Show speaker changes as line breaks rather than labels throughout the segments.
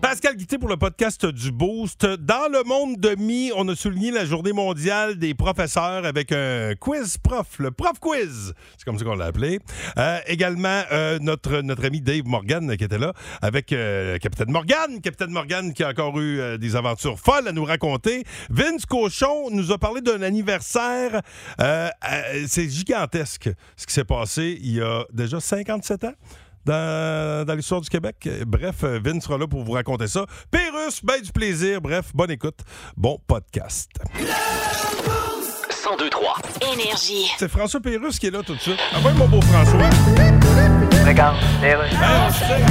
Pascal Guitté pour le podcast du Boost. Dans le monde de mi, on a souligné la journée mondiale des professeurs avec un quiz prof, le prof quiz. C'est comme ça qu'on l'a appelé. Euh, également, euh, notre, notre ami Dave Morgan qui était là avec euh, Capitaine Morgan. Capitaine Morgan qui a encore eu euh, des aventures folles à nous raconter. Vince Cochon nous a parlé d'un anniversaire. Euh, euh, C'est gigantesque ce qui s'est passé il y a déjà 57 ans dans, dans l'histoire du Québec. Bref, Vin sera là pour vous raconter ça. Pérus, ben du plaisir. Bref, bonne écoute. Bon podcast.
1023.
Énergie.
C'est François Pérus qui est là tout de suite. Envoie mon beau François. Hein?
Regarde, les rues.
Ah, je sais.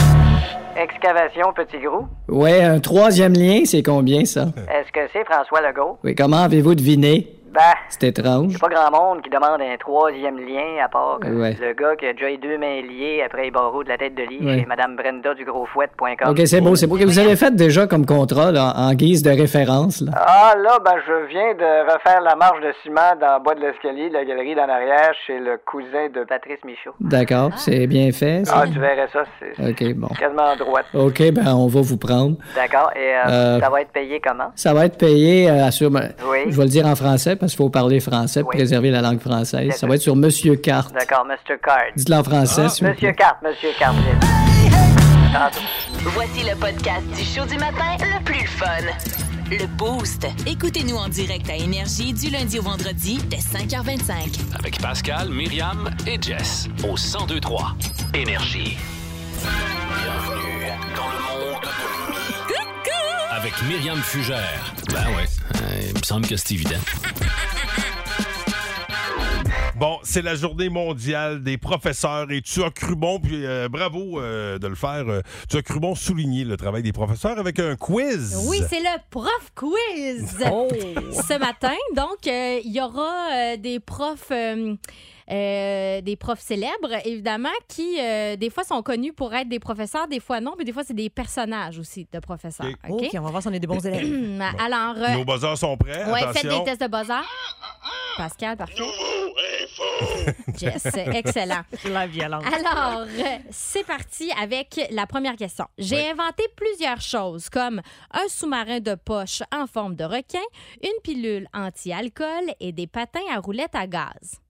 Excavation Petit Gros.
Ouais, un troisième lien, c'est combien ça?
Est-ce que c'est François Legault?
Oui, comment avez-vous deviné?
Ben,
C'est étrange.
c'est pas grand monde qui demande un troisième lien à part que
Ouais.
le gars qui a déjà les deux mains liées après les barreaux de la tête de lit
Ouais.
et Madame Brenda du gros fouette.com.
OK, c'est beau, c'est beau. que vous avez fait déjà comme contrat, là, en guise de référence, là?
Ah là, ben je viens de refaire la marche de ciment dans le bas de l'escalier de la galerie d'en arrière chez le cousin de Patrice Michaud.
D'accord, c'est bien fait, ça?
Ah, tu verrais ça, c'est c'est
OK, bon.
quasiment droite.
OK, ben, on va vous prendre.
D'accord, et euh,
Euh,
ça va être payé comment?
Ça va être payé, euh, à sur-
Oui.
Je vais le dire en français parce qu'il faut parler français, pour
Oui.
préserver la langue française.
D'accord.
Ça va être sur Monsieur Carte.
D'accord, Mr. Card.
Dites-le en français, s'il vous
Monsieur
plaît.
Card, Monsieur Card.
Voici le podcast du show du matin le plus fun. Le Boost.
Écoutez-nous en direct à Énergie du lundi au vendredi dès 5h25.
Avec Pascal, Myriam et Jess. Au 1023. Énergie. Bienvenue dans le monde de Mimi. Avec Myriam Fugère. Ben ouais. euh, il me semble que c'est évident.
Bon, c'est la journée mondiale des professeurs et tu as cru bon, puis euh, bravo euh, de le faire, euh, tu as cru bon souligner le travail des professeurs avec un quiz. Oh.
Oui, c'est le prof quiz. Ce matin, donc, euh, il y aura euh, des profs. euh, euh, des profs célèbres, évidemment, qui euh, des fois sont connus pour être des professeurs, des fois non, mais des fois c'est des personnages aussi de professeurs.
Ok.
OK?
OK, Oh, on va voir si on est des bons élèves.
Alors, euh,
Nos buzzers sont prêts.
ouais, faites
Attention.
des tests de buzzer. Pascal, parfait. Jess, excellent.
La violence.
Alors, euh, c'est parti avec la première question. J'ai
Oui.
inventé plusieurs choses, comme un sous-marin de poche en forme de requin, une pilule anti-alcool et des patins à roulettes à gaz.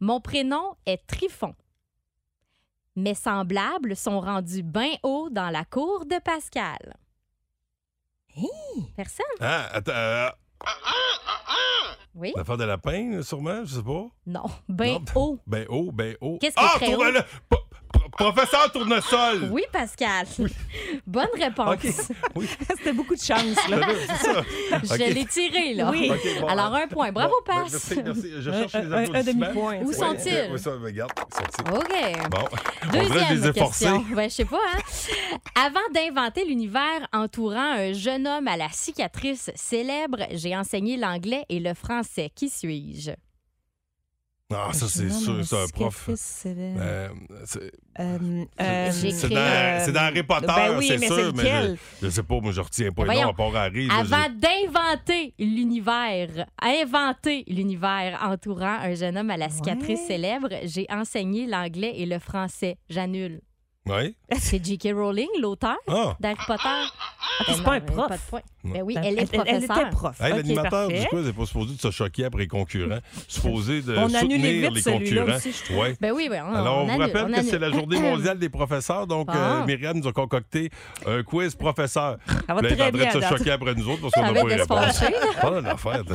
Mon prénom est Trifon. Mes semblables sont rendus bien haut dans la cour de Pascal. Personne?
Ah, attends, euh,
Oui?
l'affaire de lapin, là, sûrement, je sais pas.
Non. Bien
Non.
haut.
Ben oh, ben oh.
Qu'est-ce qui est
ah,
très haut?
tourne Professeur tournesol.
Oui, Pascal. Bonne réponse.
OK. Oui,
C'était beaucoup de chance, là.
c'est ça.
Je
OK.
l'ai tiré, là.
Oui.
OK, bon.
Alors, un point. Bravo,
Bon, ben,
Pass.
Merci, merci. Je
Un-
Euh,
cherche les
un- un
applaudissements.
demi-point. Où
Ouais,
sont-ils?
ouais, ça, ben, regarde, ils sont ici.
OK.
Bon, on dirait que je les
Deuxième
ai forcés.
question. Ben, je sais pas, hein? Avant d'inventer l'univers entourant un jeune homme à la cicatrice célèbre, j'ai enseigné l'anglais et le français. Qui suis-je?
Ah, ça, c'est sûr, c'est un prof. Euh, c'est
J'ai
c'est
créé,
euh,
dans, c'est dans Harry Potter,
Euh, ben oui,
c'est
mais
sûr,
c'est
mais
lequel?
je, je sais pas, moi je retiens pas les
Voyons.
noms à part Harry. là,
Avant d'inventer l'univers, inventer l'univers entourant un jeune homme à la cicatrice
Ouais.
célèbre, j'ai enseigné l'anglais et le français. J'annule.
j'ai- Oui?
C'est J.K. Rowling, l'auteur
Ah!
d'Harry Potter.
Ah, c'est
Ben
pas
non,
un
elle est
prof.
Pas de point.
Non.
Ben oui, elle est
elle,
professeure.
était prof.
Hey,
OK,
L'animateur
parfait.
du quiz est pas supposé de se choquer après les concurrents, supposé de
On annule
soutenir
vite
les
celui-là
concurrents.
aussi, je trouve.
Ouais.
Ben oui, oui. On,
Alors, on vous
annule,
rappelle
on
que c'est
annule.
la journée mondiale des professeurs. Donc, euh,
Bon.
Myriam nous a concocté un quiz professeur.
Ça va
Là, elle est en
très
train
bien.
de se
à date.
choquer après nous autres parce qu'on
Ça
n'a
va être
pas eu
de se
réponse.
fâcher.
Pas une affaire. de-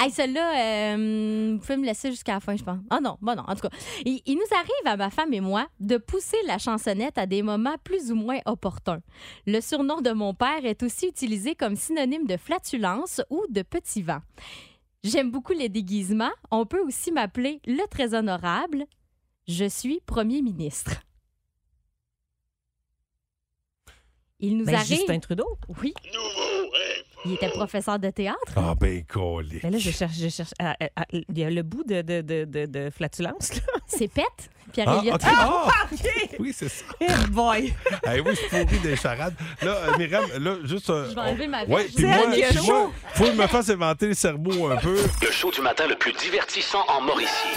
Hey, celle-là, euh, vous pouvez me laisser jusqu'à la fin, je pense. Ah non, bon non, en tout cas. Il, il nous arrive à ma femme et moi de pousser la chansonnette à des moments plus ou moins opportuns. Le surnom de mon père est aussi utilisé comme synonyme de flatulence ou de petit vent. J'aime beaucoup les déguisements. On peut aussi m'appeler le très honorable. Je suis premier ministre. Il nous
Ben,
arrive.
Justin Trudeau.
Oui. Il était professeur de théâtre.
Ah, ben, collé.
Mais là, je cherche, je cherche. ah, ah, ah, Il y a le bout de, de, de, de, de flatulence, là.
C'est pète. Pierre
Ah,
Elliott.
ok. Ah! Oui, c'est ça.
Eh boy!
Euh,
Eh oui, je pourris des charades. Là, euh, Myriam, là, juste. euh,
Je vais enlever ma
Ouais,
veste.
puis moi,
Celle qui a
puis moi,
chaud.
faut que je me fasse inventer le cerveau un peu.
Le show du matin le plus divertissant en Mauricie.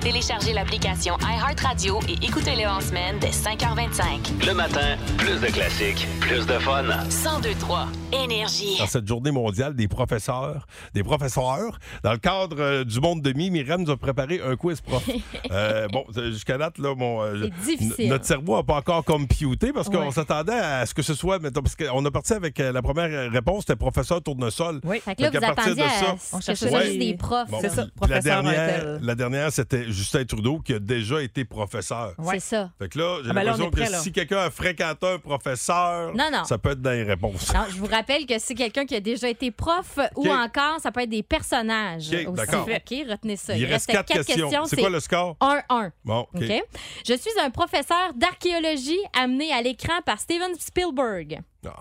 Téléchargez l'application iHeartRadio et écoutez-le en semaine dès 5h25.
Le matin, plus de classiques, plus de fun.
1023 Énergie.
Dans cette journée mondiale des professeurs, des professeurs, dans le cadre euh, du monde demi, Myriam nous a préparé un quiz prof. Euh, bon, euh, jusqu'à date, là, mon, euh,
C'est difficile.
n- notre cerveau n'a pas encore computé parce qu'on
Ouais.
s'attendait à ce que ce soit, mettons, parce qu'on a parti avec euh, la première réponse, c'était professeur tournesol.
Oui.
Fait que là,
Fait
vous
qu'à partir
attendiez
de ça,
à ce
on
que ce
cherchait
soit
des-
juste des profs.
Bon, ben.
C'est ça,
puis La
professeur
dernière,
Martel.
la dernière, c'était Justin Trudeau qui a déjà été professeur.
C'est ça.
Fait que là, j'ai
Ah ben là, on
l'impression
est prêt,
que
là.
si quelqu'un a fréquenté un professeur,
Non, non.
ça peut être dans les réponses.
Non, je vous rappelle que c'est quelqu'un qui a déjà été prof
OK.
ou encore ça peut être des personnages
OK,
aussi.
d'accord.
OK, retenez ça.
Il, reste quatre, questions. C'est quoi le score?
1-1.
Bon, OK.
OK. Je suis un professeur d'archéologie amené à l'écran par Steven Spielberg.
Ah,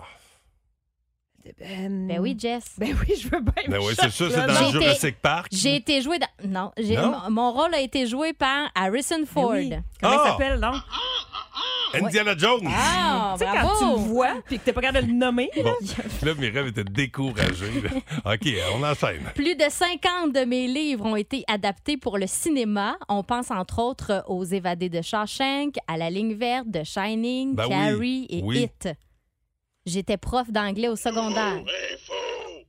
Ben oui, Jess.
Ben oui, je veux bien.
ben oui, c'est
je
ça,
cherche,
c'est
là,
dans
non.
J'étais-
Jurassic Park.
J'ai été joué dans. Non, j'ai-
Ben. Non?
mon- mon rôle a été joué par Harrison
Ben
Ford.
oui. Comment il
Ah!
s'appelle, non?
Indiana Jones.
Ah,
Tu sais,
bravo!
quand tu le vois puis que t'es pas capable de le nommer,
Bon, là, mes rêves étaient découragés. là. OK, on enchaîne.
Plus de 50 de mes livres ont été adaptés pour le cinéma. On pense entre autres aux Évadés de Shawshank, à La Ligne Verte, de Shining,
Ben oui,
Carrie et
oui.
It. J'étais prof d'anglais au secondaire.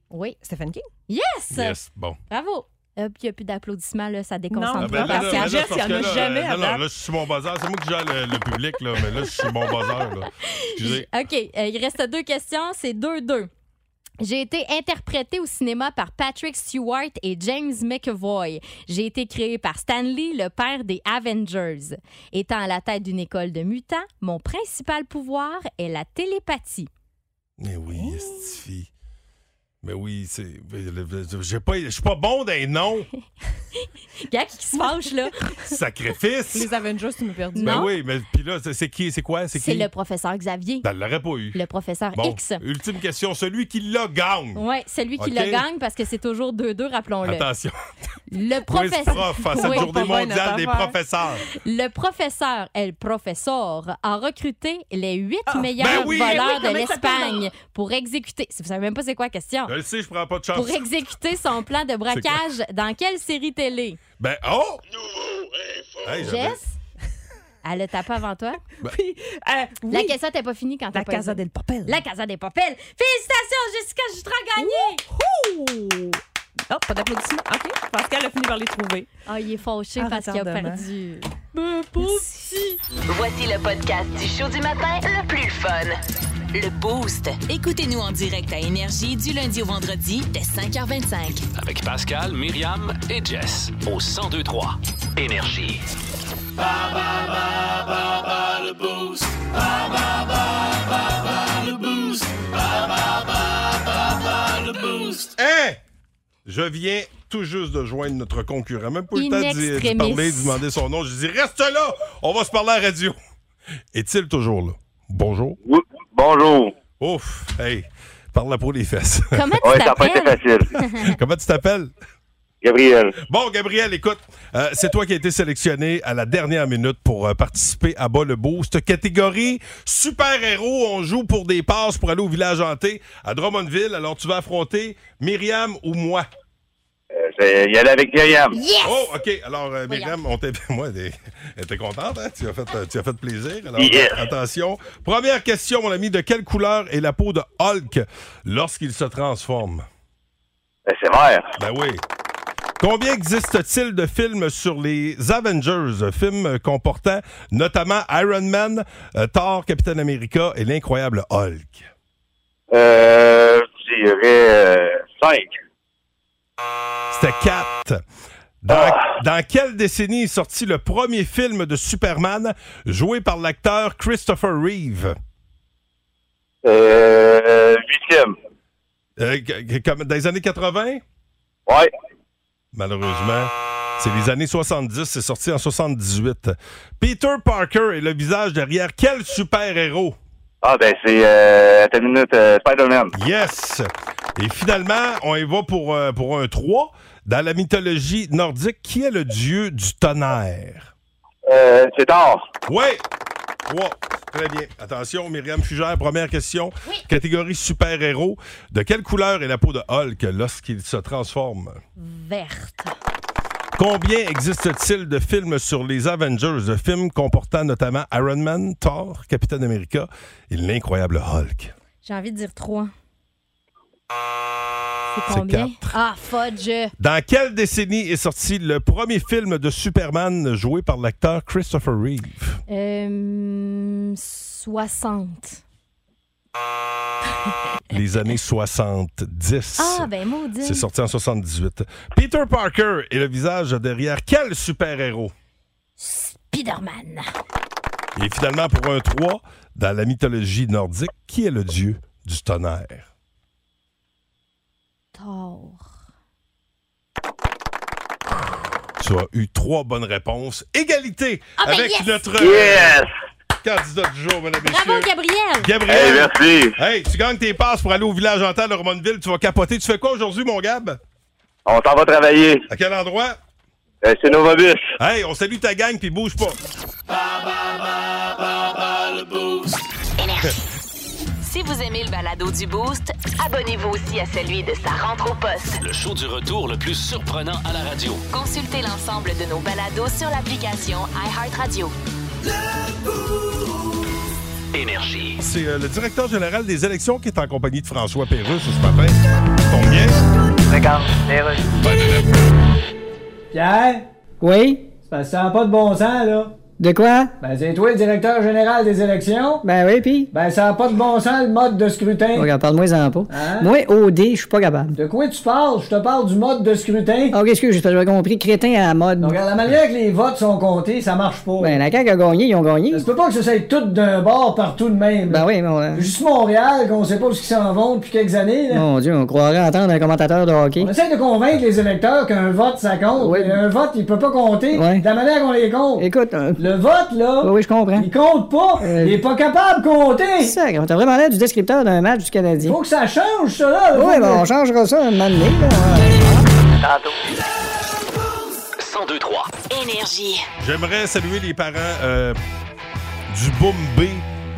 Oui.
Stephen King.
Yes!
Yes, bon.
Bravo! Euh, puis Il n'y a plus d'applaudissements, là, ça déconcentre.
Ah,
ben,
parce
là,
qu'à
là,
Jess,
parce
il y en
que
a
là,
jamais
euh, Non,
à
non,
date.
là, je suis mon bazar. C'est moi qui gère le, le public, là, mais là, je suis mon bazar. Là. Excusez.
OK, euh, il reste deux questions, c'est 2-2. J'ai été interprétée au cinéma par Patrick Stewart et James McAvoy. J'ai été créée par Stan Lee, le père des Avengers. Étant à la tête d'une école de mutants, mon principal pouvoir est la télépathie.
Mais oui, cette fille. Mais oui, c'est. j'ai pas- Je suis pas bon des noms.
Gars qui se fâche, là.
Les
Sacrifice.
Avengers, tu m'as perdu.
Ben
Non.
oui, mais puis là, c'est- c'est qui? C'est quoi? C'est
C'est
qui?
le professeur Xavier,
Ben, elle l'aurait pas eu.
le professeur
Bon,
X.
ultime question. Celui qui l'a gagne.
Ouais, celui qui
OK.
le gagne parce que c'est toujours 2-2, rappelons-le.
Attention.
Le
Quiz
professeur.
prof à cette
Oui.
journée
Pas bonne
mondiale des
affaire.
professeurs.
Le professeur, El Professor, a recruté les huit meilleurs
ben oui!
voleurs
Ah, Ben
de
oui, comment
l'Espagne pour exécuter. Si vous savez même pas c'est quoi la question.
Je le sais, je prends pas de
Ah.
chance.
Pour exécuter son plan de braquage dans quelle série télé?
Ben, oh! Hey, j'avais-
Jess? Elle le tapé avant toi.
Puis, euh, oui,
La question t'es pas finie quand t'as
la
pas
Casa
aidé.
del Papel.
La Casa des Papel. Félicitations, Jessica, je te gagné!
Ouh! Oh, pas d'applaudissements. OK. Pascal a fini par les trouver.
Ah, il est fâché
Ah,
parce qu'il a
retardement.
perdu.
Voici le podcast du show du matin le plus fun. Le Boost.
Écoutez-nous en direct à Énergie du lundi au vendredi dès 5h25.
Avec Pascal, Myriam et Jess au 1023 Énergie.
Hein? Je viens tout juste de joindre notre concurrent. Même pas eu le temps
In
d'y- d'y
extremis.
parler, de demander son nom. Je dis, reste là! On va se parler à la radio. Est-il toujours là? Bonjour.
Oui, bonjour.
Ouf! Hey! Parle la peau des fesses.
Comment
Oui,
tu
ça n'a pas été
t'appelles?
facile.
Comment tu t'appelles?
Gabriel,
Bon, Gabriel, écoute, euh, c'est toi qui as été sélectionné à la dernière minute pour euh, participer à Bas le Boost. Catégorie super-héros, on joue pour des passes pour aller au village hanté à Drummondville. Alors, tu vas affronter Myriam ou moi.
euh, je vais y aller avec Myriam.
Oh, OK. Alors, euh, Myriam, on t'a... Moi, elle est- elle était contente, hein? Tu as fait, euh, tu as fait plaisir. Alors,
Yes.
att- attention. Première question, mon ami. De quelle couleur est la peau de Hulk lorsqu'il se transforme?
Euh, C'est vert.
Ben oui. Combien existe-t-il de films sur les Avengers, films comportant notamment Iron Man, euh, Thor, Captain America et l'incroyable Hulk?
Euh, je dirais euh, 5.
C'était 4. Dans,
Ah.
dans quelle décennie est sorti le premier film de Superman joué par l'acteur Christopher Reeve?
Euh, 8e.
Euh, g- g- comme dans les années 80?
Ouais.
Malheureusement, c'est les années 70, c'est sorti en 78. Peter Parker est le visage derrière quel super-héros?
Ah, ben, c'est, euh, attends une minute, euh, Spider-Man.
Yes! Et finalement, on y va pour, euh, pour un 3. Dans la mythologie nordique, qui est le dieu du tonnerre?
Euh, c'est tard.
Oui. Wow. Très bien. Attention, Myriam Fugère, première question. Catégorie super-héros. De quelle couleur est la peau de Hulk lorsqu'il se transforme?
Verte.
Combien existe-t-il de films sur les Avengers, de films comportant notamment Iron Man, Thor, Capitaine America et l'incroyable Hulk?
J'ai envie de dire 3. C'est
C'est
combien?
quatre.
Ah, fudge!
Dans quelle décennie est sorti le premier film de Superman joué par l'acteur Christopher Reeve?
Euh, 60.
Les années 70.
Eh. Ah, ben maudit.
C'est sorti en 78. Peter Parker est le visage derrière quel super-héros?
Spider-Man.
Et finalement, pour un 3, dans la mythologie nordique, qui est le dieu du tonnerre?
Thor.
Tu as eu trois bonnes réponses. Égalité
Ah, ben
avec
yes!
notre
Yes!
candidat du jour, mesdames et
Bravo,
messieurs.
Gabriel!
Hey,
Gabriel,
merci.
hey, tu gagnes tes passes pour aller au village en à Romanville. Tu vas capoter. Tu fais quoi aujourd'hui, mon Gab?
On s'en va travailler.
À quel endroit?
Euh, c'est Novobus.
Hey, on salue ta gang puis bouge pas.
Si vous aimez le balado du Boost, abonnez-vous aussi à celui de sa rentre au poste.
Le show du retour le plus surprenant à la radio.
Consultez l'ensemble de nos balados sur l'application iHeartRadio.
Énergie.
C'est euh, le directeur général des élections qui est en compagnie de François Pérusse ce matin. Combien?
Regarde, les rues.
Pierre? Oui?
Ça sent pas de bon sens, là.
De quoi?
Ben, c'est toi le directeur général des élections.
Ben oui, puis? Oh,
Ben, ça a pas de bon sens, le mode de scrutin.
Regarde, parle-moi-en pas.
Hein?
Moi, OD, je suis pas capable. Ah,
De quoi tu parles? Je te parle du mode de scrutin.
Ok, excuse, j'ai pas compris. Crétin à la mode.
Donc, regarde, la manière que les votes sont comptés, ça marche pas.
Ben, la CAQ a gagné, ils ont gagné.
Ça se peut pas que ça soit tout d'un bord partout de même. là.
Ben oui, mon, euh,
Juste Montréal, qu'on sait pas où ils s'en vont depuis quelques années. Là.
mon Dieu, on croirait entendre un commentateur de hockey.
On essaie de convaincre les électeurs qu'un vote, ça compte.
Oui.
mais Un vote, il peut pas compter
Ouais.
de la manière qu'on les compte.
Écoute, euh,
Le vote, là,
oui, oui, je comprends.
il compte pas.
Euh,
Il est pas capable de compter.
Sac, on t'a vraiment l'air du descripteur d'un match du Canadien.
Faut que ça change, ça, là. là.
Oui, ben on changera ça un moment donné, là.
1023.
Énergie.
J'aimerais saluer les parents euh, du Boom B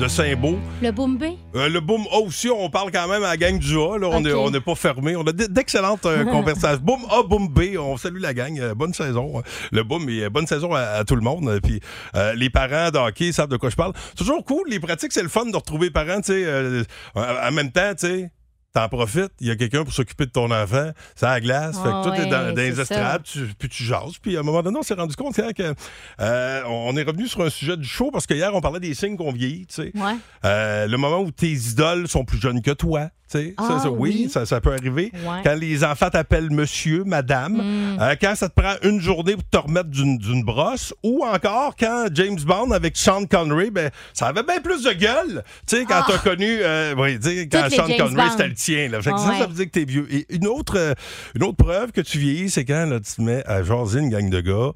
de Saint-Beau.
Le Boombé.
Euh, le Boom A aussi, on parle quand même à la gang du A. là. On
Ok.
n'est pas fermé. On a d- d'excellentes euh, conversations. Boom A, Boom B, on salue la gang. Euh, bonne saison. hein. Le Boom, et euh, bonne saison à, à tout le monde. Euh, Puis euh, les parents de hockey savent de quoi je parle. Toujours cool. Les pratiques, c'est le fun de retrouver les parents. tu sais, euh, en- en même temps, tu sais. T'en profites, il y a quelqu'un pour s'occuper de ton enfant, ça à glace, fait
Ah
que tout est dans,
ouais,
dans les
c'est ça.
estrades, tu- puis tu jases. Puis à un moment donné, on s'est rendu compte hein, que euh, on on est revenu sur un sujet du show parce que hier, on parlait des signes qu'on vieillit, tu sais.
Ouais.
Euh, le moment où tes idoles sont plus jeunes que toi. tu sais.
Ah,
ça, ça, oui,
oui.
Ça, ça peut arriver.
Ouais. Mm.
Quand les enfants t'appellent monsieur, madame, Euh, quand ça te prend une journée pour te remettre d'une d'une brosse, ou encore quand James Bond avec Sean Connery, ben, ça avait bien plus de gueule. Tu sais, quand t'as connu, euh, oui, tu sais, quand
Ah. Toutes les
Sean
James
Connery,
Bond.
c'était le tien. là. Fait que Ça,
Ouais.
ça veut dire que t'es vieux. Et une autre, euh, une autre preuve que tu vieillis, c'est quand là, tu te mets à jaser une gang de gars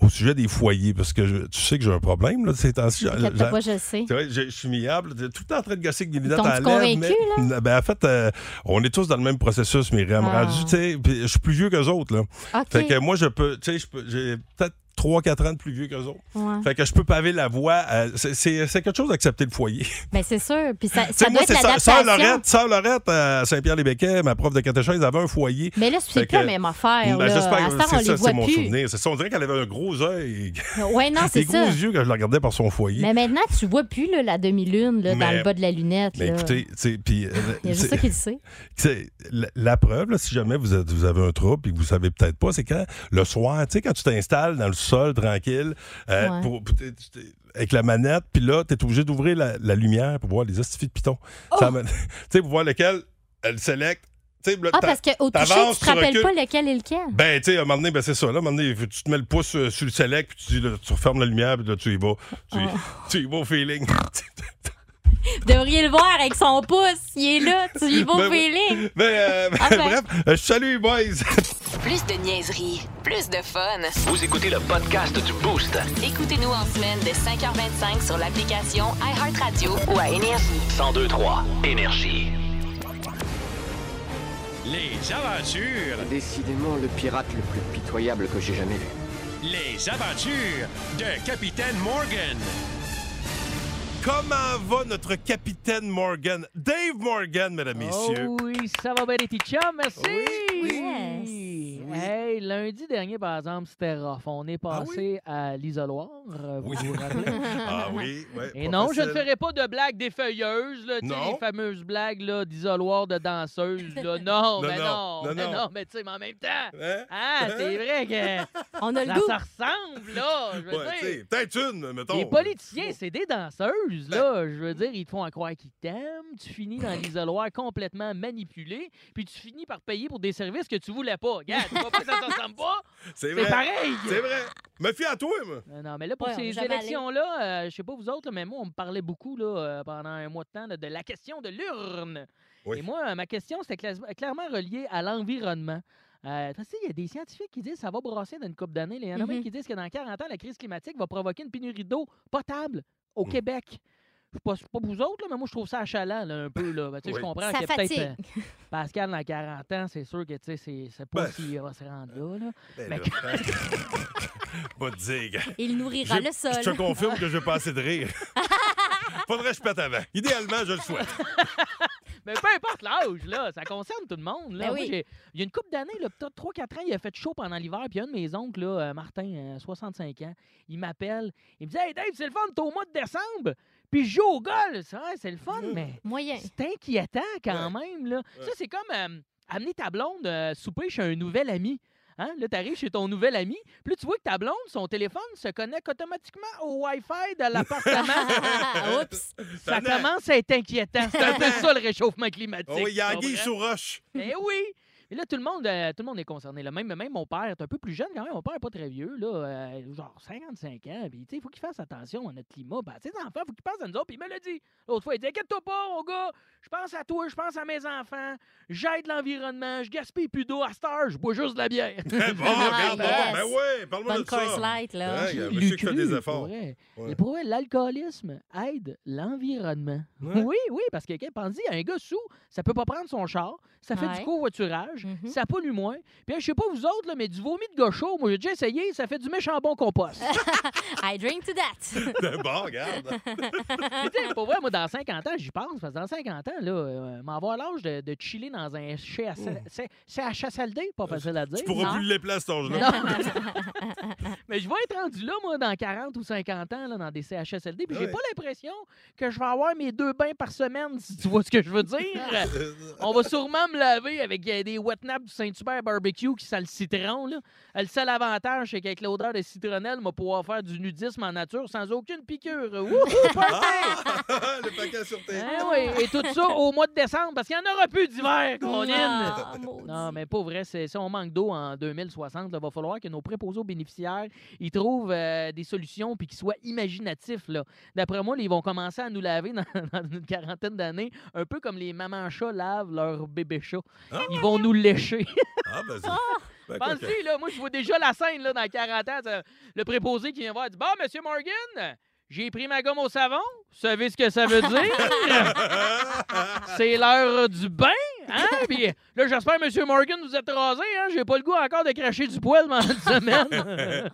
au sujet des foyers, parce que je- tu sais que j'ai un problème, là, ces temps-ci. J'ai-
Inquiète-toi pas, je le sais.
tu vois, je, je suis miable, je suis tout le temps en train de gosser avec des lunettes
t'ont-tu
à la lèvre.
convaincu,
ben, en fait, euh, on est tous dans le même processus, Myriam.
Ah.
Rendu, tu sais, puis je suis plus vieux qu'eux autres. Là.
OK.
Fait que moi, je peux, tu sais, je peux- j'ai peut-être 3-4 ans de plus vieux qu'eux autres.
Ouais.
Fait que je peux paver la voie. à- c'est- C'est c'est quelque chose d'accepter le foyer.
Ben, c'est sûr. Puis ça, ça
Tu sais,
doit
moi,
être
c'est Sœur- Sœur
l'adaptation.
Lorette, Sœur Lorette à Saint-Pierre-les-Béquets, ma prof de catéchèse, elle avait un foyer.
Mais là, c'est
Fait
plus la
que-
même affaire.
Ben,
là.
j'espère
à
que
cette heure, on
c'est
les
ça, c'est
voit
mon
plus.
souvenir. C'est ça, on dirait qu'elle avait un gros œil,
Ouais, non,
des
c'est
gros
ça.
yeux quand je la regardais par son foyer.
Mais maintenant, tu vois plus là, la demi-lune là, dans
Mais-
le bas de la lunette.
Mais
là.
écoutez, tu sais, puis. euh,
Il y a
tu sais-
juste ça qui le sait.
C'est la, la preuve, là, si jamais vous, êtes- vous avez un trouble et que vous savez peut-être pas, c'est quand le soir, tu sais, quand tu t'installes dans le sol tranquille euh,
Ouais.
pour- pour- t'es- t'es- avec la manette, puis là, tu es obligé d'ouvrir la, la lumière pour voir les astifies de pitons.
Oh!
Ça me- Tu sais, pour voir lequel elle sélecte. Tu sais, là,
Ah,
t'as-
parce qu'au toucher,
t'avances,
tu te
tu
rappelles
recules.
pas lequel est lequel.
ben, tu sais, à un moment donné, ben, c'est ça. Là, à un moment donné, tu te mets le pouce euh, sur le select, puis tu dis, là, tu refermes la lumière, puis là, tu y vas.
Oh.
Tu, y- tu y vas au feeling.
Vous devriez le voir avec son pouce. Il est là. Tu y vas au
Ben oui.
feeling.
Mais, euh,
Enfin.
bref, euh, salut, boys!
Plus de niaiserie, plus de fun.
Vous écoutez le podcast du Boost.
Écoutez-nous en semaine de 5h25 sur l'application iHeartRadio ou à Énergie.
1023. Énergie.
Décidément le pirate le plus pitoyable que j'ai jamais vu. Les aventures de Capitaine Morgan.
Comment va notre capitaine Morgan? Dave Morgan, mesdames, messieurs.
Oh oui, ça va bien les petits chums, merci!
Oui.
Hey, lundi dernier, par exemple, c'était rough. On est passé à l'isoloir, euh, vous vous rappelez?
Ah oui, ouais,
Et
pas
non, je ne
facile.
ferai pas de blagues des feuilleuses, là, tu sais,
Non.
les fameuses blagues là, d'isoloir de danseuses. Là. Non,
Non,
mais
non,
non,
non,
mais
non.
non, mais tu sais, mais en même temps,
Hein?
ah, c'est vrai que
On a le
ça
goût.
se ressemble, là, je veux
Ouais,
dire.
tu sais, Peut-être une, mettons. Ben,
Les politiciens, c'est des danseuses, là. Je veux dire, ils te font à croire qu'ils t'aiment. Tu finis dans l'isoloir complètement manipulé, puis tu finis par payer pour des services que tu voulais pas. Regarde, tu vois pas que ça se ressemble pas?
C'est
c'est
vrai.
pareil.
C'est vrai. Me fie à toi, moi.
Euh, non, mais là, pour
Ouais, on est
ces
jamais allé.
élections-là, euh, je sais pas vous autres, là, mais moi, on me parlait beaucoup là, euh, pendant un mois de temps là, de la question de l'urne.
Oui.
Et moi, euh, ma question, c'était cla- clairement reliée à l'environnement. Euh, tu sais, il y a des scientifiques qui disent que ça va brasser dans une coupe d'années. là. Il y en a
Mhm.
même qui disent que dans 40 ans, la crise climatique va provoquer une pénurie d'eau potable
Mm.
au Québec. Je sais pas, c'est pas vous autres, là, mais moi, je trouve ça achalant là, un peu. Là. Ben, tu sais,
Oui.
Je comprends
Ça
que peut-être
fatigue.
euh, Pascal, dans 40 ans, c'est sûr que tu sais, c'est c'est pas
Ben,
si va se rendre là. là.
Ben,
Mais-
là, hein. Pas de digue.
Il nourrira
J'ai-
le sol.
Je te confirme que je vais pas assez de rire. Faudrait que je pète avant. Idéalement, je le souhaite.
Mais Ben, peu importe l'âge, là, ça concerne tout le monde. Là.
Ben
Moi,
oui.
j'ai- Il y a une couple d'années, là, peut-être 3-4 ans, il a fait chaud pendant l'hiver. Puis un de mes oncles, là, euh, Martin, euh, 65 ans, il m'appelle. Il me dit Hey Dave, c'est le fun, t'es au mois de décembre. Puis je joue au golf. C'est vrai, c'est le fun, mais
Moyen.
c'est inquiétant quand même. Là. Ça, c'est comme euh, amener ta blonde euh, souper chez un nouvel ami. Hein? Là, t'arrives chez ton nouvel ami, puis là, tu vois que ta blonde, son téléphone se connecte automatiquement au Wi-Fi de
Ah,
l'appartement.
Euh,
Oups.
ça
Tabarnak.
commence à être inquiétant. C'est un peu ça, le réchauffement climatique.
Oh, oui, il y a
tu
Anguille
comprends?
sous roche.
Mais oui! Et là, tout le monde, euh, tout le monde est concerné. Là. Même, même mon père est un peu plus jeune quand même. Mon père n'est pas très vieux, là, euh, genre 55 ans. Puis, tu sais, il faut qu'il fasse attention à notre climat. Ben, tu sais, les enfants, il faut qu'ils pensent à nous autres. Puis, il me l'a dit. L'autre fois, il dit Inquiète-toi pas, mon gars. Je pense à toi, je pense à mes enfants. J'aide l'environnement. Je gaspille plus d'eau à cette heure. Je bois juste de la bière.
Très Eh, bon, regarde,
yes.
bon, ben ouais, parle-moi
Bonne
de ça.
course light, là.
Hein, il y a un
Il
monsieur qui
l'a
fait
cru,
des
pour
efforts.
vrai.
Ouais.
Mais pour vrai, l'alcoolisme aide l'environnement.
Ouais.
Oui, oui, parce que pensez à un gars sous, ça peut pas prendre son char, ça fait
Ouais.
du covoiturage,
Mhm.
ça pollue moins. Puis je sais pas vous autres, là, mais du vomi de gaucho, moi j'ai déjà essayé, ça fait du méchant bon compost.
I drink to that.
bon, regarde.
Mais tu sais, pour vrai, moi, dans 50 ans, j'y pense, parce que dans 50 ans, là, euh, m'avoir l'âge de, de chiller dans un CHSLD, pas facile à dire.
Oh. Euh, Tu pourras
Non.
plus le déplacer, cet âge-là.
Non. Mais je vais être rendu là, moi, dans 40 ou 50 ans, là, dans des CHSLD, puis j'ai
Ah Ouais.
pas l'impression que je vais avoir mes deux bains par semaine, si tu vois ce que je veux dire. On va sûrement me laver avec euh, des wet naps du Saint-Hubert barbecue qui sent le citron. Là. Euh, Le seul avantage, c'est qu'avec l'odeur de citronnelle, on va pouvoir faire du nudisme en nature sans aucune piqûre. Wouhou, party!
Ah, le paquet sur tes.
Hein, oui, Et tout ça au mois de décembre, parce qu'il n'y en aura plus d'hiver, Colin!
Ah, maudit.
Non, mais pas vrai. c'est- Si on manque d'eau en 2060, il va falloir que nos préposés aux bénéficiaires ils trouvent euh, des solutions puis qu'ils soient imaginatifs. là. D'après moi, là, ils vont commencer à nous laver dans, dans une quarantaine d'années, un peu comme les mamans chats lavent leur bébé chat. Ils vont nous lécher.
Ah, ben, c'est-
Oh!
ben, quoi que-
Pensez, là, moi, je vois déjà la scène là, dans 40 ans. ça- Le préposé qui vient voir dit Bon, monsieur Morgan, j'ai pris ma gomme au savon. Vous savez ce que ça veut dire
hein?
Hein?
C'est l'heure du bain, hein? Puis là, j'espère, Monsieur Morgan, vous êtes rasé, hein? J'ai pas le goût encore de cracher du poil pendant une semaine.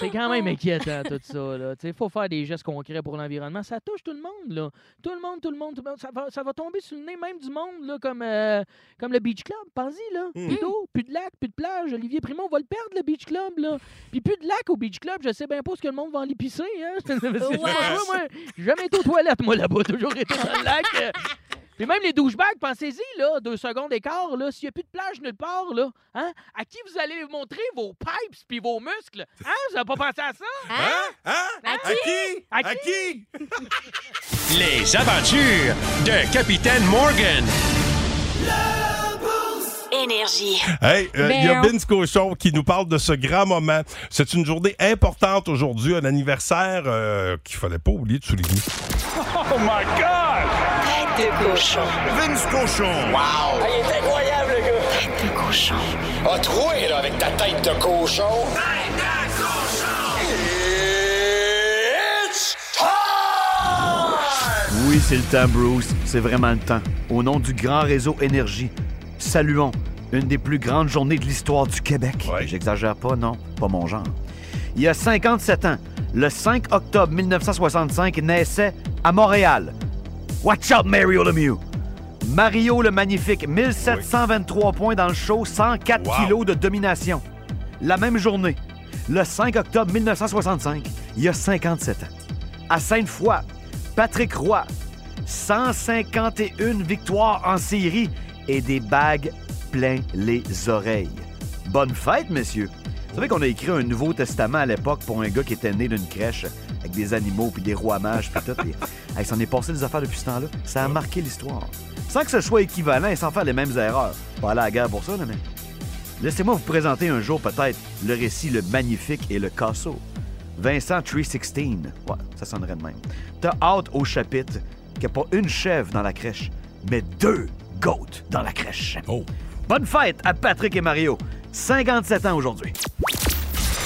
C'est quand même inquiétant, tout ça, là. Il faut faire des gestes concrets pour l'environnement. Ça touche tout le monde, là. Tout le monde, tout le monde, tout le monde. Ça va, ça va tomber sur le nez même du monde, là, comme, euh, comme le Beach Club. Pensez, là. Plus d'eau, plus de lac, plus de plage. Olivier Primo, on va le perdre, le Beach Club, là. Puis plus de lac au Beach Club, je sais bien pas ce que le monde va en l'épicer, hein. C'est- c'est- c'est- moi, J'ai jamais été aux toilettes, moi, là-bas. Toujours été dans le lac. euh. Puis même les douchebags, pensez-y, là, deux secondes d'écart, là, s'il n'y a plus de plage nulle part, là, hein, à qui vous allez montrer vos pipes puis vos muscles? Hein, vous n'avez pas pensé à ça?
Hein? Hein?
À qui?
À
À qui?
Les aventures de Capitaine Morgan.
Énergie.
Hey, euh, il y a
Meow.
Vince Cochon qui nous parle de ce grand moment. C'est une journée importante aujourd'hui, un anniversaire euh, qu'il fallait pas oublier de souligner.
Oh my God!
Tête de cochon.
Vince Cochon. Wow! il est incroyable, le gars.
Tête de cochon.
A troué, là, avec ta tête de cochon. Tête de cochon! It's time!
Oui, c'est le temps, Bruce. C'est vraiment le temps. Au nom du grand réseau Énergie, saluons une des plus grandes journées de l'histoire du Québec.
Ouais.
J'exagère pas, non. Pas mon genre. il y a 57 ans, le 5 octobre 1965, naissait à Montréal. Watch out, Mario Lemieux! Mario le Magnifique, 1723 points dans le show, 104 kilos de domination. La même journée, le 5 octobre 1965, il y a 57 ans. À Sainte-Foy, Patrick Roy, 151 victoires en série et des bagues plein les oreilles. Bonne fête, messieurs! Vous savez qu'on a écrit un Nouveau Testament à l'époque pour un gars qui était né d'une crèche avec des animaux puis des rois mages puis tout. Et... Hey, s'en est passé des affaires depuis ce temps-là. Ça a marqué l'histoire. Sans que ce soit équivalent et sans faire les mêmes erreurs. Pas aller à la guerre pour ça, là, mais... Laissez-moi vous présenter un jour peut-être le récit Le Magnifique et le Casso. Vincent 316. Ouais, ça sonnerait de même. T'as hâte au chapitre qu'il n'y a pas une chèvre dans la crèche, mais deux goats dans la crèche.
Oh,
Bonne fête à Patrick et Mario. 57 ans aujourd'hui.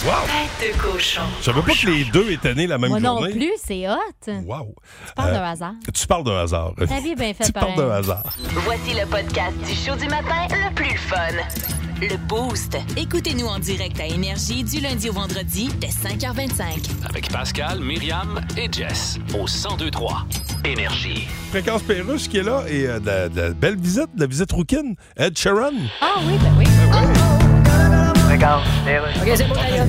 Wow!
Tête de cochon.
Je savais pas que les deux étaient nés la même
Moi non
journée.
plus, c'est hot.
Wow.
Tu parles
Euh,
d'un hasard.
Tu parles d'un hasard.
Ta vie est bien faite,
Tu parles
pareil.
d'un hasard.
Voici le podcast du show du matin le plus fun.
Le Boost. Écoutez-nous en direct à Énergie du lundi au vendredi dès 5h25.
Avec Pascal, Myriam et Jess au 1023 Énergie.
Fréquence Pérusse qui est là et euh, de, la- de la belle visite, de la visite rouquine. Ed Sheeran.
Ah oui, ben oui.
OK, c'est bon, d'ailleurs.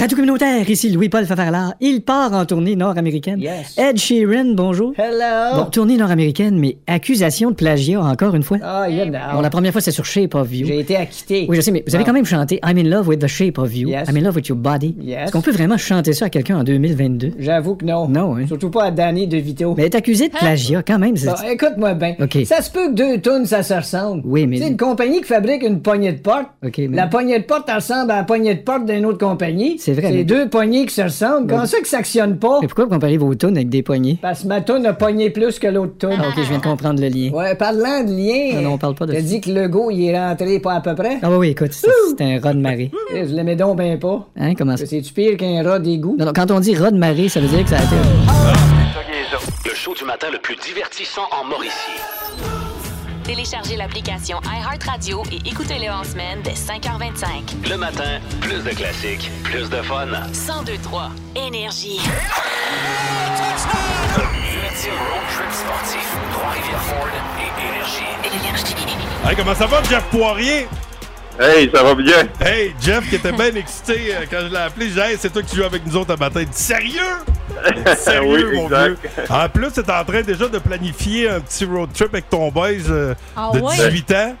Radio communautaire, ici Louis-Paul Favarlard. Il part en tournée nord-américaine. Ed Sheeran, bonjour. Hello. Bon, tournée nord-américaine, mais accusation de plagiat encore une fois.
Ah, you know.
Bon, la première fois, c'est sur Shape of You.
J'ai Ah. été acquitté.
Oui, je sais, mais vous avez
Bon.
quand même chanté I'm in love with the shape of you. I'm in love with your body.
Yes.
Est-ce qu'on peut vraiment chanter ça à quelqu'un en 2022?
J'avoue que non.
Non, hein?
Surtout pas à Danny DeVito.
Mais elle est accusée de plagiat quand même. c'est-
Bon, écoute-moi bien.
OK.
Bah, Ça se peut que deux tonnes, ça se ressemble.
Oui, mais-
C'est une compagnie qui fabrique une poignée de porte.
OK, mais-
La poignée de porte elle ressemble à la poignée de porte d'une autre compagnie.
C'est vrai,
C'est
mais-
deux poignées qui se ressemblent. Comment
Oui.
ça que ça actionne pas?
Mais pourquoi vous comparez vos tunes avec des poignées?
Parce que ma toune a pogné plus que l'autre toune.
Ah, OK, je viens de comprendre le lien.
Ouais, parlant de lien.
Non, non, on parle pas de
t'as
ça.
dit que Legault, il est rentré pas à peu près.
Ah, bah oui, écoute, c'est c'est un rat de marée.
Eh, Je l'aimais donc bien pas.
Hein, comment ça?
C'est-tu pire qu'un rat d'égout?
Non, non, quand on dit rat de marée, ça veut dire que ça a été.
Le show du matin le plus divertissant en Mauricie.
Téléchargez l'application iHeartRadio et écoutez-le en semaine dès 5h25.
Le matin, plus de classiques, plus de fun.
1023 Énergie.
Ultime road trip sportif. Trois-Rivières Ford et Énergie.
Hey, comment ça va, Jeff Poirier?
Hey, ça va bien?
Hey, Jeff qui était bien excité euh, quand je l'ai appelé. J'ai dit, hey, c'est toi qui joues avec nous autres à matin. Il dit, Sérieux? Sérieux,
Oui,
mon vieux.
exact.
En plus, t'es en train déjà de planifier un petit road trip avec ton boys euh,
Ah
de
ouais?
18 ans.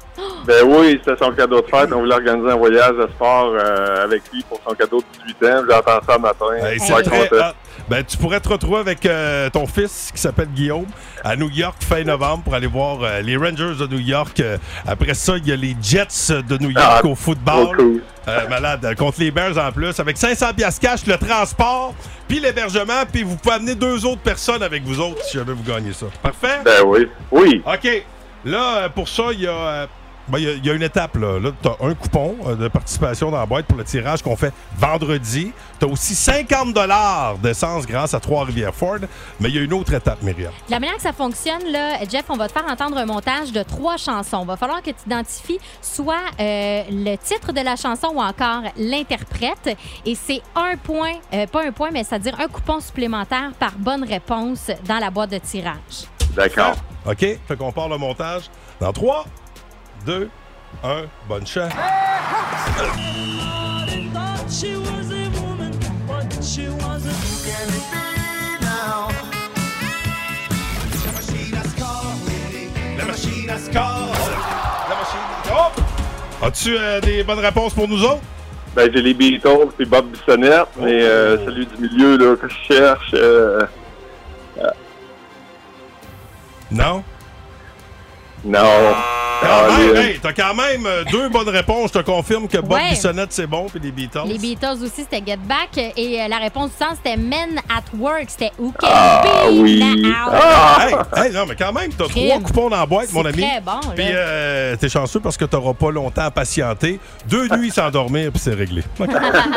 Ben oui, c'était son cadeau de fête. On voulait organiser un voyage de sport euh, avec lui pour son cadeau de 18 ans. J'entends ça le matin.
Hey, c'est
Super
très
content.
hot. Ben, tu pourrais te retrouver avec euh, ton fils qui s'appelle Guillaume à New York fin novembre pour aller voir euh, les Rangers de New York. Euh, après ça, il y a les Jets de New York
Ah,
au football.
trop cool.
Euh, malade, euh, contre les Bears en plus, avec 500 piastres cash, le transport, puis l'hébergement, puis vous pouvez amener deux autres personnes avec vous autres si jamais vous gagnez ça. Parfait?
Ben oui. Oui.
OK. Là, euh, pour ça, il y a. euh, ben, il y a- il y, a une étape, là. Là, tu un coupon euh, de participation dans la boîte pour le tirage qu'on fait vendredi. Tu as aussi 50 d'essence grâce à Trois-Rivières Ford. Mais il y a une autre étape, Myriam.
De la manière que ça fonctionne, là, Jeff, on va te faire entendre un montage de trois chansons. Va falloir que tu identifies soit euh, le titre de la chanson ou encore l'interprète. Et c'est un point, euh, pas un point, mais c'est-à-dire un coupon supplémentaire par bonne réponse dans la boîte de tirage.
D'accord.
OK? Fait qu'on part le montage dans 3, 2, 1. Bonne chance. La machine à score. La machine à As-tu euh, des bonnes réponses pour nous autres?
Ben j'ai les Beatles puis Bob Bissonnette, mais euh, celui du milieu là, que je cherche. euh, euh,
Non?
non.
Quand
Ah,
même,
les-
hey, t'as quand même euh, deux bonnes réponses. Je te confirme que Bob
Ouais.
Bissonnette, c'est bon, puis les Beatles.
Les Beatles aussi, c'était Get Back. Et euh, la réponse du sens, c'était Men at Work. C'était Who Can
Ah
Be
oui.
Now.
Ah!
Hey, hey, non, mais quand même, t'as
Crime.
trois coupons dans la boîte,
Ah, C'est
mon ami.
très bon, là.
Puis euh, t'es chanceux parce que t'auras pas longtemps à patienter. Deux nuits sans dormir, puis c'est réglé. OK.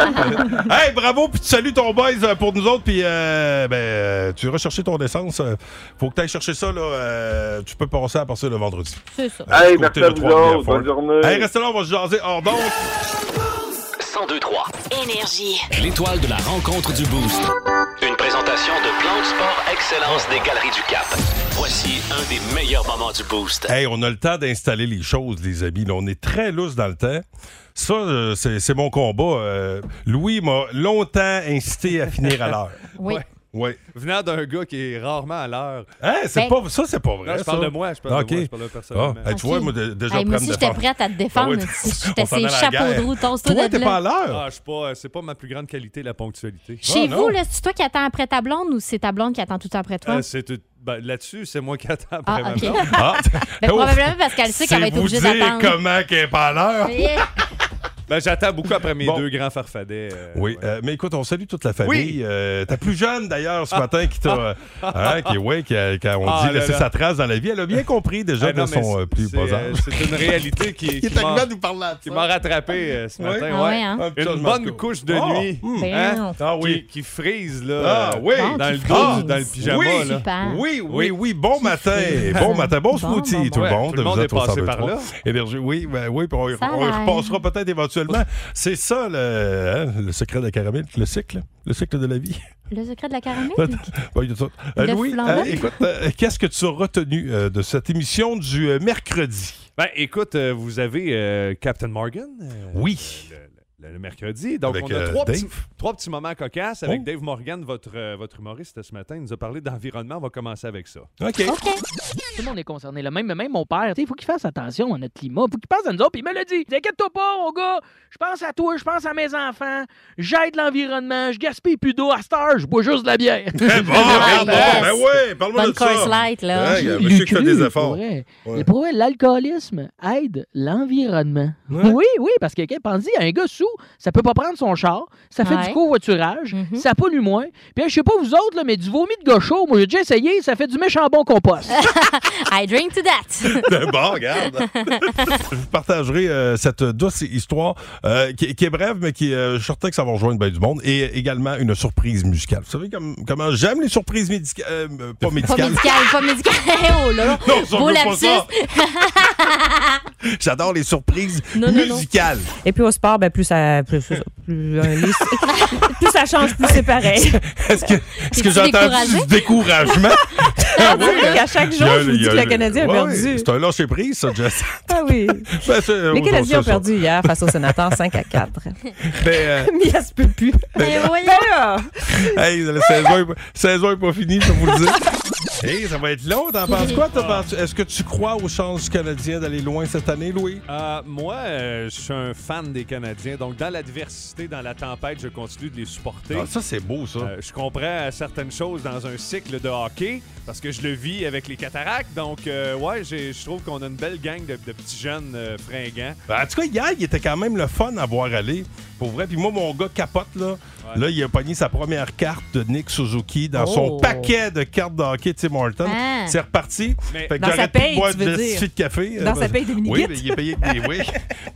hey, bravo, puis tu salues ton boys euh, pour nous autres, puis euh, ben, euh, tu vas chercher ton essence. euh, faut que t'ailles chercher ça, là. euh, tu peux passer à partir le vendredi. Euh,
C'est ça.
Hey,
Du côté
merci à
de
vous
Trois-Rivières
autres.
Ford.
Bonne journée.
Hey, restez là, on va se jaser hors donc.
1023.
Énergie.
L'étoile de la rencontre du Boost. Une présentation de Plan de Sport Excellence des Galeries du Cap. Voici un des meilleurs moments du Boost.
Hey, on a le temps d'installer les choses, les amis. Là, on est très lousse dans le temps. Ça, euh, c'est c'est mon combat. Euh, Louis m'a longtemps incité à finir à l'heure.
Oui.
Oui.
Venant d'un gars qui est rarement à l'heure.
Hein, c'est
Ben-
pas, ça, c'est pas vrai.
Non, je parle
ça.
de moi, je parle de
Ok.
moi, je parle de personnellement.
Ah, hey, tu vois, moi, de- déjà,
Hey, moi
prendre
aussi,
de
j'étais
force.
prête à te défendre.
Ah oui,
Si je
on s'en
t'essayais
allait à la
chapeau de
guerre.
roue, tosse-toi
Toi,
de
t'es
là.
pas à l'heure.
Ah, je suis pas, c'est pas ma plus grande qualité, la ponctualité.
Chez
Ah,
vous,
non.
là, c'est toi qui attends après ta blonde ou c'est ta blonde qui attend tout le temps après
Ah.
toi?
Euh, c'est tout- ben, Là-dessus, c'est moi qui attends après
ah,
ma
OK.
blonde.
Oh,
Mais probablement parce qu'elle sait qu'elle va être obligée d'attendre. Eh,
comment qu'elle est pas à l'heure.
Yeah.
Ben, J'attends beaucoup après mes deux grands farfadets. euh,
Oui, euh, mais écoute, on salue toute la famille. Euh, ta plus jeune, d'ailleurs, ce
Ah.
matin, qui t'a. hein, qui, ouais, qui a, qui a- on
Ah,
dit,
là,
laisser
là.
sa trace dans la vie. Elle a bien compris déjà
Ah, non,
de
mais
son
c'est-
euh, plus
c'est,
bas
euh,
âge.
C'est une réalité qui,
Il est arrivé
m'a-
à nous parler de
qui
ça.
m'a rattrapé euh, ce
Ouais.
matin.
Ah
ouais.
ouais, hein? Un petit
Une
changement de
bonne
coupe.
couche de
Ah.
nuit
Hmm.
eh,
hein,
Damn. Ah oui.
qui, qui frise là,
Ah
euh,
oui!
dans le
Ah,
dos, dans le pyjama.
Oui,
là.
oui, oui, oui, bon matin, bon matin, bon smoothie tout le
Ouais,
monde.
Tout le monde
Vous
est
êtes au
passé
102.3.
par là.
Énergie, oui, ben oui, puis on, y-
Ça
on y
va.
repassera peut-être éventuellement. C'est ça le, hein, le secret de la caramel, le cycle, le cycle de la vie.
Le secret de la caramel?
Bon, il y a ça. Euh,
Le
Louis,
flambant.
euh, écoute, euh, qu'est-ce que tu as retenu euh, de cette émission du euh, mercredi?
Ben, écoute, euh, vous avez euh, Captain Morgan. euh,
Oui.
Le, le- le mercredi. Donc,
Avec,
on a
euh,
trois,
Dave.
petits, trois petits moments cocasses avec
Oh.
Dave Morgan, votre, euh, votre humoriste ce matin. Il nous a parlé d'environnement. On va commencer avec ça.
Tout le monde est concerné. Là. Même, même mon père, tu sais, il faut qu'il fasse attention à notre climat. Il faut qu'il pense à nous autres. Puis il me le dit. T'inquiète-toi pas, mon gars. Je pense à toi, je pense à mes enfants. J'aide l'environnement. Je gaspille plus d'eau à cette heure. Je bois juste de la bière.
bon, regarde,
Ah, yes.
Ah, ben ouais, parle-moi
Bonne
de ça.
course light, là.
Ouais, il y a un
Il
monsieur
l'a
qui fait
cru,
des
pour
efforts.
vrai.
Ouais.
Mais pour vrai, l'alcoolisme aide l'environnement. Oui, oui, parce que quelqu'un pense dit, un gars sous, ça peut pas prendre son char, ça fait
Ouais.
du covoiturage,
Mhm.
ça pollue moins. Puis je sais pas vous autres, là, mais du vomi de gaucho, moi j'ai déjà essayé, ça fait du méchant bon compost.
I drink to that.
bon, regarde. Je vous partagerai euh, cette douce histoire euh, qui, qui est brève, mais qui, euh, je suis certain que ça va rejoindre bien du monde. Et également une surprise musicale. Vous savez comme- comment j'aime les surprises médicales. pas
Pas
médicales.
médical, pas médical. Oh là là.
Non, ça, on
Beau
veut pas ça.
lapsus.
J'adore les surprises
Non, non, non.
musicales.
Et puis au sport, ben, plus ça, plus, plus, plus- euh, les- plus ça change, plus c'est pareil.
Est-ce que, est-ce que
T'es-tu
j'ai entendu
découragé?
du découragement? Ah hein?
On dirait qu'à chaque jour, je vous dis que le Canadien a perdu.
C'est un lâcher prise, ça, Jess.
Ah oui.
Ben, c'est-
Les Canadiens ont
ça, ça.
perdu hier face aux sénateurs 5 à 4.
Ben, euh,
Mais ça se peut plus. Ben là,
hey, la saison est, pas- saison est pas finie, je vais vous le dire. Hey, ça va être long, t'en penses quoi? t'en penses- Est-ce que tu crois aux chances canadiennes d'aller loin cette année, Louis?
Euh, moi, euh, je suis un fan des Canadiens. Donc, dans l'adversité, dans la tempête, je continue de les supporter.
Ah, ça, c'est beau, ça.
Euh, je comprends certaines choses dans un cycle de hockey parce que je le vis avec les cataractes. Donc, euh, ouais, j'ai- je trouve qu'on a une belle gang de, de petits jeunes euh, fringants.
Ben, en tout cas, hier, il était quand même le fun à voir aller, pour vrai. Puis moi, mon gars capote, là. Là, il a pogné sa première carte de Nick Suzuki dans son
Oh.
paquet de cartes de hockey Tim Horton.
Ah.
C'est reparti. Fait
Mais-
que
Dans sa
j'aurais pu
paye,
boire
tu veux
de
dire.
suite de café.
Dans
Euh,
sa paye de
Oui,
mini-guide.
mais il est payé avec des... Oui.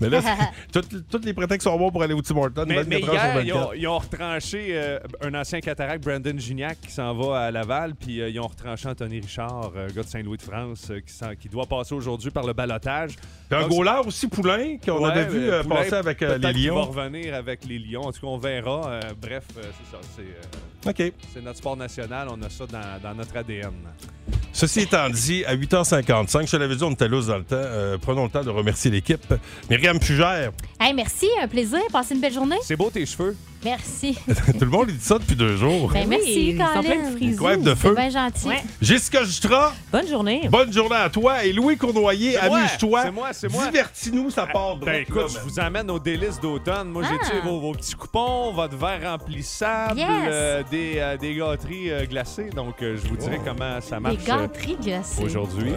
mais là, c'est- toutes- toutes les prétextes sont bons pour aller au Tim Horton.
Ben, Mais,
24 heures
mais
sur
hier, ils
24.
ont, ils ont retranché euh, un ancien cataracte, Brandon Gignac, qui s'en va à Laval, puis euh, ils ont retranché Anthony Richard, euh, gars de Saint-Louis de France, euh, qui, s'en- qui doit passer aujourd'hui par le balotage.
Puis un goaler aussi, Poulain, qu'on avait vu euh, passer avec euh, les
On va
Lions.
revenir avec les Lions. En tout cas, on verra. Euh, bref, euh, c'est ça. C'est, euh,
OK.
c'est notre sport national. On a ça dans, dans notre ADN.
Ceci étant dit, à 8h55, je te l'avais dit, on était loose dans le temps. Euh, prenons le temps de remercier l'équipe. Myriam Fugère,
Hey, merci, un plaisir. Passez une belle journée.
C'est beau tes cheveux.
Merci.
tout le monde lui dit ça depuis deux jours.
Ben, merci,
Ben ils sont
Colin.
pleins de frisous. Une
couette de feu.
C'est bien gentil.
Jessica Jutra,
Bonne journée.
bonne journée à toi. Et Louis Cournoyer,
C'est moi,
amuse-toi.
C'est moi, c'est moi.
Divertis-nous, ça part
Ben écoute, je vous amène aux délices d'automne. Moi, j'ai tué vos, vos petits coupons, votre verre remplissable,
Yes.
euh, des, euh, des gâteries euh, glacées. Donc, euh, je vous dirai comment ça
Des
marche.
gâteries glacées.
euh, Aujourd'hui.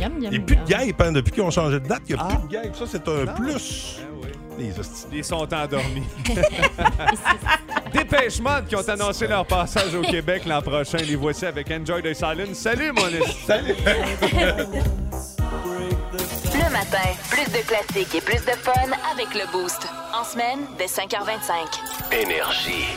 Miam, miam,
Il n'y a plus de
miam.
guêpes, hein, depuis qu'on a changé de date, il n'y
Ah.
a plus de guêpes. Ça, c'est un plus.
Ben
Les hosties.
Ils sont endormis. Dépêchement qui ont annoncé leur passage au Québec l'an prochain. Les voici avec Enjoy the Silence. Salut, mon esti. Salut.
Le matin, plus de classiques et plus de fun avec le Boost. En semaine, dès 5h25.
Énergie.